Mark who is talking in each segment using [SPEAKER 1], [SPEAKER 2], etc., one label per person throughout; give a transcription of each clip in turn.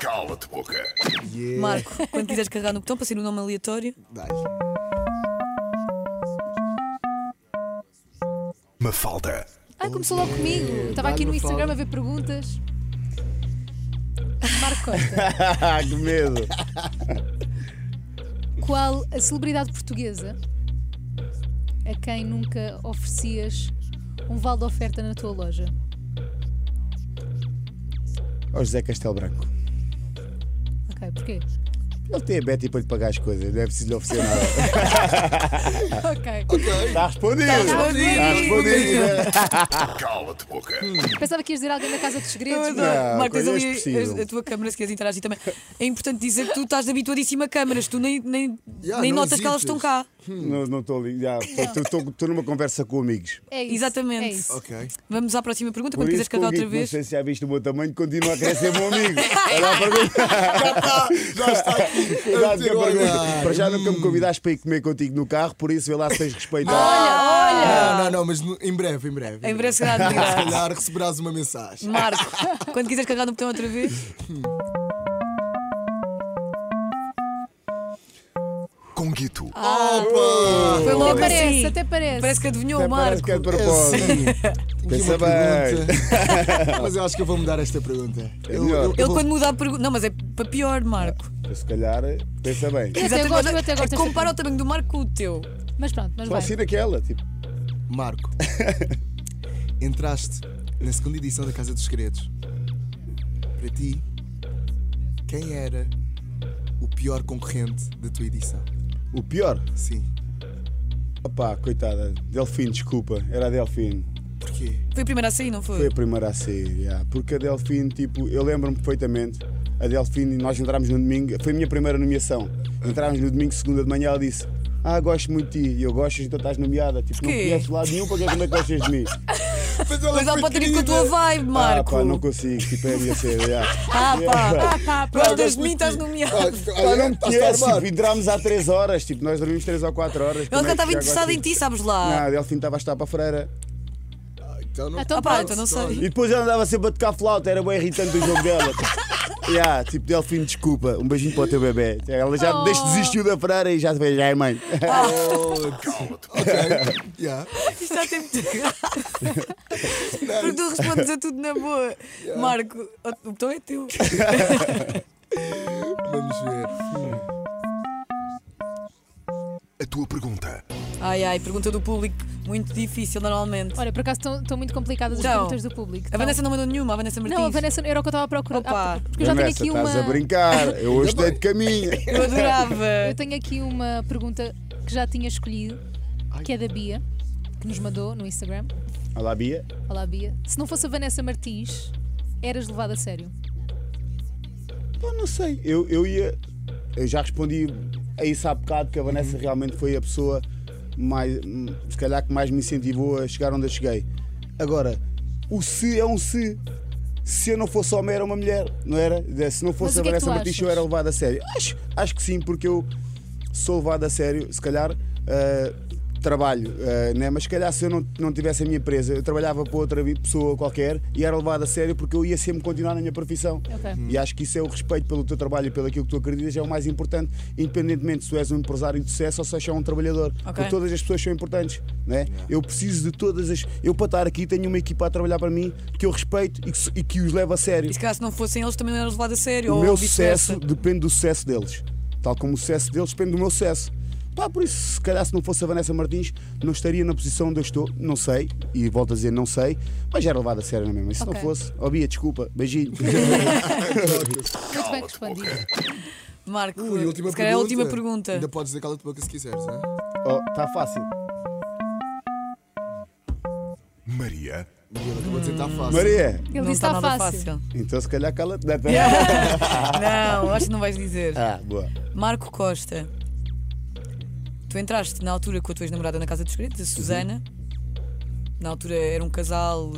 [SPEAKER 1] Cala-te, boca.
[SPEAKER 2] Yeah.
[SPEAKER 3] Marco, quando quiseres carregar no botão para ser um nome aleatório.
[SPEAKER 2] Dai.
[SPEAKER 1] Mafalda.
[SPEAKER 4] Ai, Ah, começou logo comigo.
[SPEAKER 5] É,
[SPEAKER 4] Estava aqui
[SPEAKER 5] um
[SPEAKER 4] no
[SPEAKER 2] Vai,
[SPEAKER 4] Instagram
[SPEAKER 2] Mafalda.
[SPEAKER 4] a ver perguntas. Marco Costa,
[SPEAKER 5] Ah, que medo!
[SPEAKER 4] qual a celebridade portuguesa a quem nunca oferecias um vale de oferta na tua loja?
[SPEAKER 5] Ó José Castelo Branco.
[SPEAKER 4] Ok, porquê?
[SPEAKER 5] Ele tem a Betty para lhe pagar as coisas, não é preciso lhe oferecer nada.
[SPEAKER 4] Ok.
[SPEAKER 5] Está respondido! Está
[SPEAKER 3] respondido.
[SPEAKER 5] respondido!
[SPEAKER 1] Cala-te, boca.
[SPEAKER 4] Pensava que ias dizer alguém da Casa dos
[SPEAKER 3] Eu
[SPEAKER 4] Segredos.
[SPEAKER 3] adoro.
[SPEAKER 4] mas-
[SPEAKER 5] Não,
[SPEAKER 3] Marco, tens
[SPEAKER 5] coisas
[SPEAKER 3] ali
[SPEAKER 5] precisam.
[SPEAKER 3] a, a tua câmara se queres interagir também. É importante dizer que tu estás habituadíssimo a câmaras, tu nem, nem,
[SPEAKER 2] Yeah,
[SPEAKER 3] nem
[SPEAKER 2] não
[SPEAKER 3] notas que elas estão
[SPEAKER 2] hesitas.
[SPEAKER 3] cá.
[SPEAKER 5] Não não estou ali. já, estou- Estou estou numa conversa com amigos.
[SPEAKER 4] É isso.
[SPEAKER 3] Exatamente.
[SPEAKER 4] É isso.
[SPEAKER 2] Ok.
[SPEAKER 3] Vamos à próxima pergunta,
[SPEAKER 5] Por
[SPEAKER 3] quando quiseres
[SPEAKER 5] isso que o
[SPEAKER 3] carregar outra
[SPEAKER 5] Guito,
[SPEAKER 3] vez.
[SPEAKER 5] Não sei se já viste o meu tamanho, continua a querer ser meu amigo. Olha a pergunta.
[SPEAKER 2] Já está aqui.
[SPEAKER 5] Já
[SPEAKER 2] a
[SPEAKER 5] te
[SPEAKER 2] ter
[SPEAKER 5] pergunto.
[SPEAKER 2] olhar.
[SPEAKER 5] Para já nunca me convidaste para ir comer contigo no carro, por isso vê lá se tens respeito.
[SPEAKER 3] Ah,
[SPEAKER 5] Ah,
[SPEAKER 2] Não, Ah, não, não, mas no- em breve, em breve.
[SPEAKER 3] Em breve será de
[SPEAKER 2] Se
[SPEAKER 3] graça.
[SPEAKER 2] calhar receberás uma mensagem.
[SPEAKER 3] Marco, quando quiseres carregar no botão outra vez.
[SPEAKER 1] Conguito.
[SPEAKER 2] Opa!
[SPEAKER 3] Foi
[SPEAKER 4] Até
[SPEAKER 3] logo
[SPEAKER 4] parece,
[SPEAKER 3] assim.
[SPEAKER 4] até parece.
[SPEAKER 3] Parece que adivinhou
[SPEAKER 5] Até
[SPEAKER 3] o
[SPEAKER 5] parece
[SPEAKER 3] Marco.
[SPEAKER 5] que é de propósito.
[SPEAKER 2] Assim,
[SPEAKER 5] Pensa
[SPEAKER 2] Pensa pergunta. Mas eu acho que eu vou mudar esta pergunta. Eu,
[SPEAKER 5] melhor.
[SPEAKER 3] Ele
[SPEAKER 2] vou-
[SPEAKER 3] quando muda a pergunta. Não, mas é para pior, Marco.
[SPEAKER 5] Se calhar, eh, pensa bem.
[SPEAKER 4] Eu até
[SPEAKER 3] Exatamente.
[SPEAKER 4] gosto, eu até gosto
[SPEAKER 3] É
[SPEAKER 4] desta
[SPEAKER 3] Compara o tamanho do Marco com o teu.
[SPEAKER 4] Mas pronto, mas
[SPEAKER 5] Só
[SPEAKER 4] vai.
[SPEAKER 5] assim daquela, tipo.
[SPEAKER 2] Marco, entraste na segunda edição da Casa dos Segredos. Para ti, quem era o pior concorrente da tua edição?
[SPEAKER 5] O pior,
[SPEAKER 2] Sim.
[SPEAKER 5] opá, coitada, Delfim, desculpa, era a Delfim.
[SPEAKER 2] Porquê?
[SPEAKER 3] Foi a primeira a sair, não
[SPEAKER 5] Foi
[SPEAKER 3] foi?
[SPEAKER 5] a primeira a sair, yeah. porque a Delfim, tipo, eu lembro-me perfeitamente. A Delfim, nós entrámos no domingo, foi a minha primeira nomeação. Entrámos no domingo, segunda de manhã, ela disse: Ah, gosto muito de ti, e eu gosto, então estás nomeada. Tipo, não
[SPEAKER 3] Porquê?
[SPEAKER 5] conheces lado nenhum, para que é que não gostas de mim?
[SPEAKER 3] Mas ela pode ter ido com a tua vibe, Marco.
[SPEAKER 5] Ah, pá, não consigo, tipo, é a minha cena. yeah.
[SPEAKER 3] Ah, pá.
[SPEAKER 4] Pá, pá.
[SPEAKER 3] Gostas de mim, estás nomeado.
[SPEAKER 5] Pá, não me
[SPEAKER 2] Estás-te a
[SPEAKER 5] conheces,
[SPEAKER 2] armar.
[SPEAKER 5] tipo, entrámos há 3 horas, tipo, nós dormimos 3 ou 4 horas.
[SPEAKER 3] Ela
[SPEAKER 5] como
[SPEAKER 3] já
[SPEAKER 5] é que
[SPEAKER 3] estava
[SPEAKER 5] já
[SPEAKER 3] interessada
[SPEAKER 5] gostas
[SPEAKER 3] em
[SPEAKER 5] de-
[SPEAKER 3] ti, sabes lá.
[SPEAKER 5] Não, a Delfim estava a estar para a freira.
[SPEAKER 2] Então não.
[SPEAKER 4] Então
[SPEAKER 3] Ah, pá,
[SPEAKER 4] pronto.
[SPEAKER 3] então não sei.
[SPEAKER 5] E depois ela andava sempre a tocar flauta, era bem irritante o jogo dela. yeah, tipo, Delfim, desculpa, um beijinho para o teu bebê. Ela já
[SPEAKER 4] Oh.
[SPEAKER 5] desde desistiu da freira e já te veio, já é mãe.
[SPEAKER 2] Ok. Yeah.
[SPEAKER 3] Isto já tem muito Porque tu respondes a tudo na boa. Marco, o botão é teu.
[SPEAKER 2] Vamos ver.
[SPEAKER 1] A tua pergunta.
[SPEAKER 3] Ai, ai, pergunta do público. Muito difícil, normalmente.
[SPEAKER 4] Olha, por acaso estão- estão muito complicadas as
[SPEAKER 3] Então,
[SPEAKER 4] perguntas do público.
[SPEAKER 3] A
[SPEAKER 4] Estão-
[SPEAKER 3] Vanessa não mandou nenhuma, a Vanessa Martins.
[SPEAKER 4] Não, a Vanessa era o que eu estava a procurar.
[SPEAKER 3] Opa.
[SPEAKER 4] Ah, porque eu já tenho
[SPEAKER 5] Vanessa,
[SPEAKER 4] aqui uma.
[SPEAKER 5] estás a brincar, eu hoje estou de caminho.
[SPEAKER 3] Eu adorava.
[SPEAKER 4] Eu tenho aqui uma pergunta que já tinha escolhido, que é da Bia, que nos mandou no Instagram.
[SPEAKER 5] Olá, Bia.
[SPEAKER 4] Olá, Bia. Se não fosse a Vanessa Martins, eras levada a sério.
[SPEAKER 5] Pá, não sei, eu, eu ia. Eu já respondi a isso há bocado que a Vanessa realmente foi a pessoa mais, hum, se calhar que mais me incentivou a chegar onde eu cheguei. Agora, o se é um se. Se eu não fosse homem, era uma mulher, não era? Se não
[SPEAKER 4] Mas o
[SPEAKER 5] fosse a
[SPEAKER 4] que é que
[SPEAKER 5] Vanessa
[SPEAKER 4] tu
[SPEAKER 5] Martins, eu
[SPEAKER 4] achas?
[SPEAKER 5] era um levado a sério. Acho, acho que sim, porque eu sou levado a sério, se calhar. ah, Trabalho, ah, né? mas se calhar se eu não, não tivesse a minha empresa, eu trabalhava para outra pessoa qualquer e era levado a sério porque eu ia sempre continuar na minha profissão.
[SPEAKER 4] Ok.
[SPEAKER 5] E acho que isso é o respeito pelo teu trabalho e pelo aquilo que tu acreditas, é o mais importante, independentemente se tu és um empresário de sucesso ou se és só um trabalhador. Porque todas as pessoas são importantes. Não é? Eu preciso de todas as. Eu, para estar aqui, tenho uma equipa a trabalhar para mim que eu respeito e que, se- e que os levo a sério.
[SPEAKER 3] E se calhar se não fossem eles também não eras levado a sério.
[SPEAKER 5] O
[SPEAKER 3] ou
[SPEAKER 5] meu
[SPEAKER 3] vice-versa.
[SPEAKER 5] sucesso depende do sucesso deles. Tal como o sucesso deles depende do meu sucesso. Pá, por isso, se calhar se não fosse a Vanessa Martins, não estaria na posição onde eu estou. Não sei, e volto a dizer não sei, mas era levado a sério na mesma. E se
[SPEAKER 4] Ok.
[SPEAKER 5] não fosse, ó Bia, desculpa, beijinho.
[SPEAKER 4] Muito bem respondido.
[SPEAKER 3] Marco,
[SPEAKER 2] Ui, última
[SPEAKER 3] se calhar é a última pergunta.
[SPEAKER 2] Ainda podes dizer cala-te boca se quiseres, né?
[SPEAKER 5] Está tá fácil.
[SPEAKER 1] Maria.
[SPEAKER 2] Miguel acabou de dizer, está tá fácil.
[SPEAKER 5] Maria,
[SPEAKER 3] não
[SPEAKER 4] Ele disse
[SPEAKER 3] está
[SPEAKER 4] está
[SPEAKER 3] nada
[SPEAKER 4] fácil.
[SPEAKER 3] fácil.
[SPEAKER 5] Então se calhar cala-te.
[SPEAKER 3] não, acho que não vais dizer.
[SPEAKER 5] Ah, boa.
[SPEAKER 3] Marco Costa, tu entraste na altura com a tua ex-namorada na Casa dos Segredos, a Susana. Na altura era um casal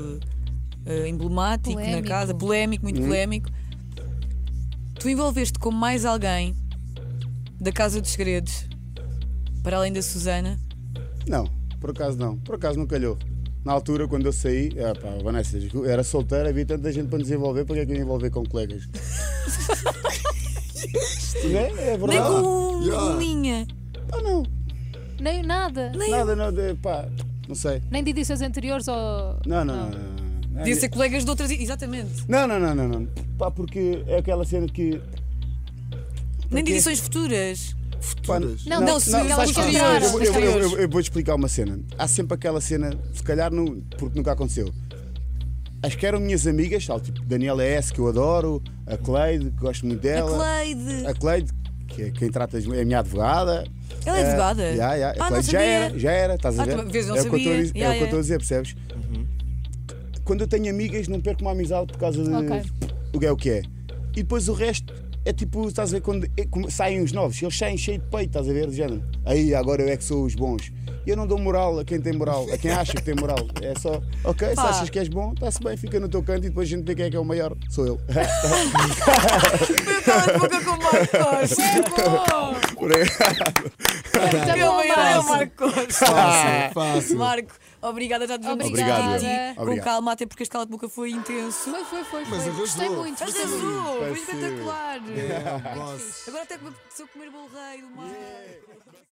[SPEAKER 3] eh, emblemático
[SPEAKER 4] Polémico.
[SPEAKER 3] na casa, polémico, muito polémico. Tu envolveste com mais alguém da Casa dos Segredos, para além da Susana.
[SPEAKER 5] Não, por acaso não. Por acaso não calhou. Na altura, quando eu saí, ah, pá, Vanessa, desculpa, era solteira, havia tanta gente para nos envolver, para que é que eu ia envolver com colegas? Não é? É
[SPEAKER 3] Nem
[SPEAKER 5] verdade.
[SPEAKER 3] com uma
[SPEAKER 2] Yeah.
[SPEAKER 3] linha.
[SPEAKER 5] Pá, Ah, não.
[SPEAKER 4] Nem nada.
[SPEAKER 3] Nem
[SPEAKER 5] Nada, não, de- pá, não sei.
[SPEAKER 4] Nem de edições anteriores ou.
[SPEAKER 5] Não, não, não. não, não.
[SPEAKER 3] Podia ser colegas de outras. Exatamente.
[SPEAKER 5] Não, não, não, não, não. Pá, porque é aquela cena que.
[SPEAKER 3] Nem de edições futuras.
[SPEAKER 5] Pá,
[SPEAKER 2] Futuras.
[SPEAKER 4] Não,
[SPEAKER 5] não,
[SPEAKER 4] não,
[SPEAKER 5] não,
[SPEAKER 4] se
[SPEAKER 5] não,
[SPEAKER 4] elas
[SPEAKER 5] sabes
[SPEAKER 3] que
[SPEAKER 5] é
[SPEAKER 4] entraram.
[SPEAKER 5] Eu,
[SPEAKER 3] entraram.
[SPEAKER 5] vou- eu vou- eu vou- eu vou explicar uma cena. Há sempre aquela cena, se calhar, não, porque nunca aconteceu. As que eram minhas amigas, tal, tipo Daniela S, que eu adoro, a Cleide, que gosto muito
[SPEAKER 3] A
[SPEAKER 5] dela.
[SPEAKER 3] Cleide.
[SPEAKER 5] A Cleide, que é quem trata, as- é a minha advogada.
[SPEAKER 3] Ela é advogada?
[SPEAKER 5] Eh, já, já. A
[SPEAKER 3] Ah, não
[SPEAKER 5] Cleide já
[SPEAKER 3] sabia.
[SPEAKER 5] era, já era, estás a
[SPEAKER 3] Ah,
[SPEAKER 5] ver?
[SPEAKER 3] tu- vês, não
[SPEAKER 5] é o que eu estou a
[SPEAKER 3] sabia.
[SPEAKER 5] dizer-
[SPEAKER 3] Já,
[SPEAKER 5] é o que eu
[SPEAKER 3] já.
[SPEAKER 5] estou a dizer, percebes? Quando eu tenho amigas, não perco uma amizade por causa de
[SPEAKER 4] Ok.
[SPEAKER 5] o que é o que é. E depois o resto é tipo, estás a ver, quando é- como- saem os novos, eles saem cheio de peito, estás a ver, de género. Aí agora eu é que sou os bons. E eu não dou moral a quem tem moral, a quem acha que tem moral. É só, ok, se
[SPEAKER 3] Pá.
[SPEAKER 5] achas que és bom, está-se bem, fica no teu canto e depois a gente vê quem é que é o maior. Sou eu.
[SPEAKER 3] Cala de boca com o Marco Costa.
[SPEAKER 4] Tá
[SPEAKER 3] Meu
[SPEAKER 4] bom,
[SPEAKER 3] maior é o
[SPEAKER 4] Marco.
[SPEAKER 3] Marco Costa.
[SPEAKER 2] Fácil, fácil.
[SPEAKER 3] Marco, obrigada, já devemos
[SPEAKER 4] Obrigado.
[SPEAKER 3] falar de ti com
[SPEAKER 5] Obrigado.
[SPEAKER 3] calma, até porque este cala de boca foi intenso.
[SPEAKER 4] Foi, foi, foi.
[SPEAKER 2] Mas
[SPEAKER 4] foi.
[SPEAKER 2] arrasou.
[SPEAKER 4] Gostei muito.
[SPEAKER 3] Mas
[SPEAKER 4] Gostei muito.
[SPEAKER 3] azul, foi
[SPEAKER 5] Parecido.
[SPEAKER 3] espetacular.
[SPEAKER 2] É, boss.
[SPEAKER 3] Agora até que me apeteceu comer bolo rei do Marco.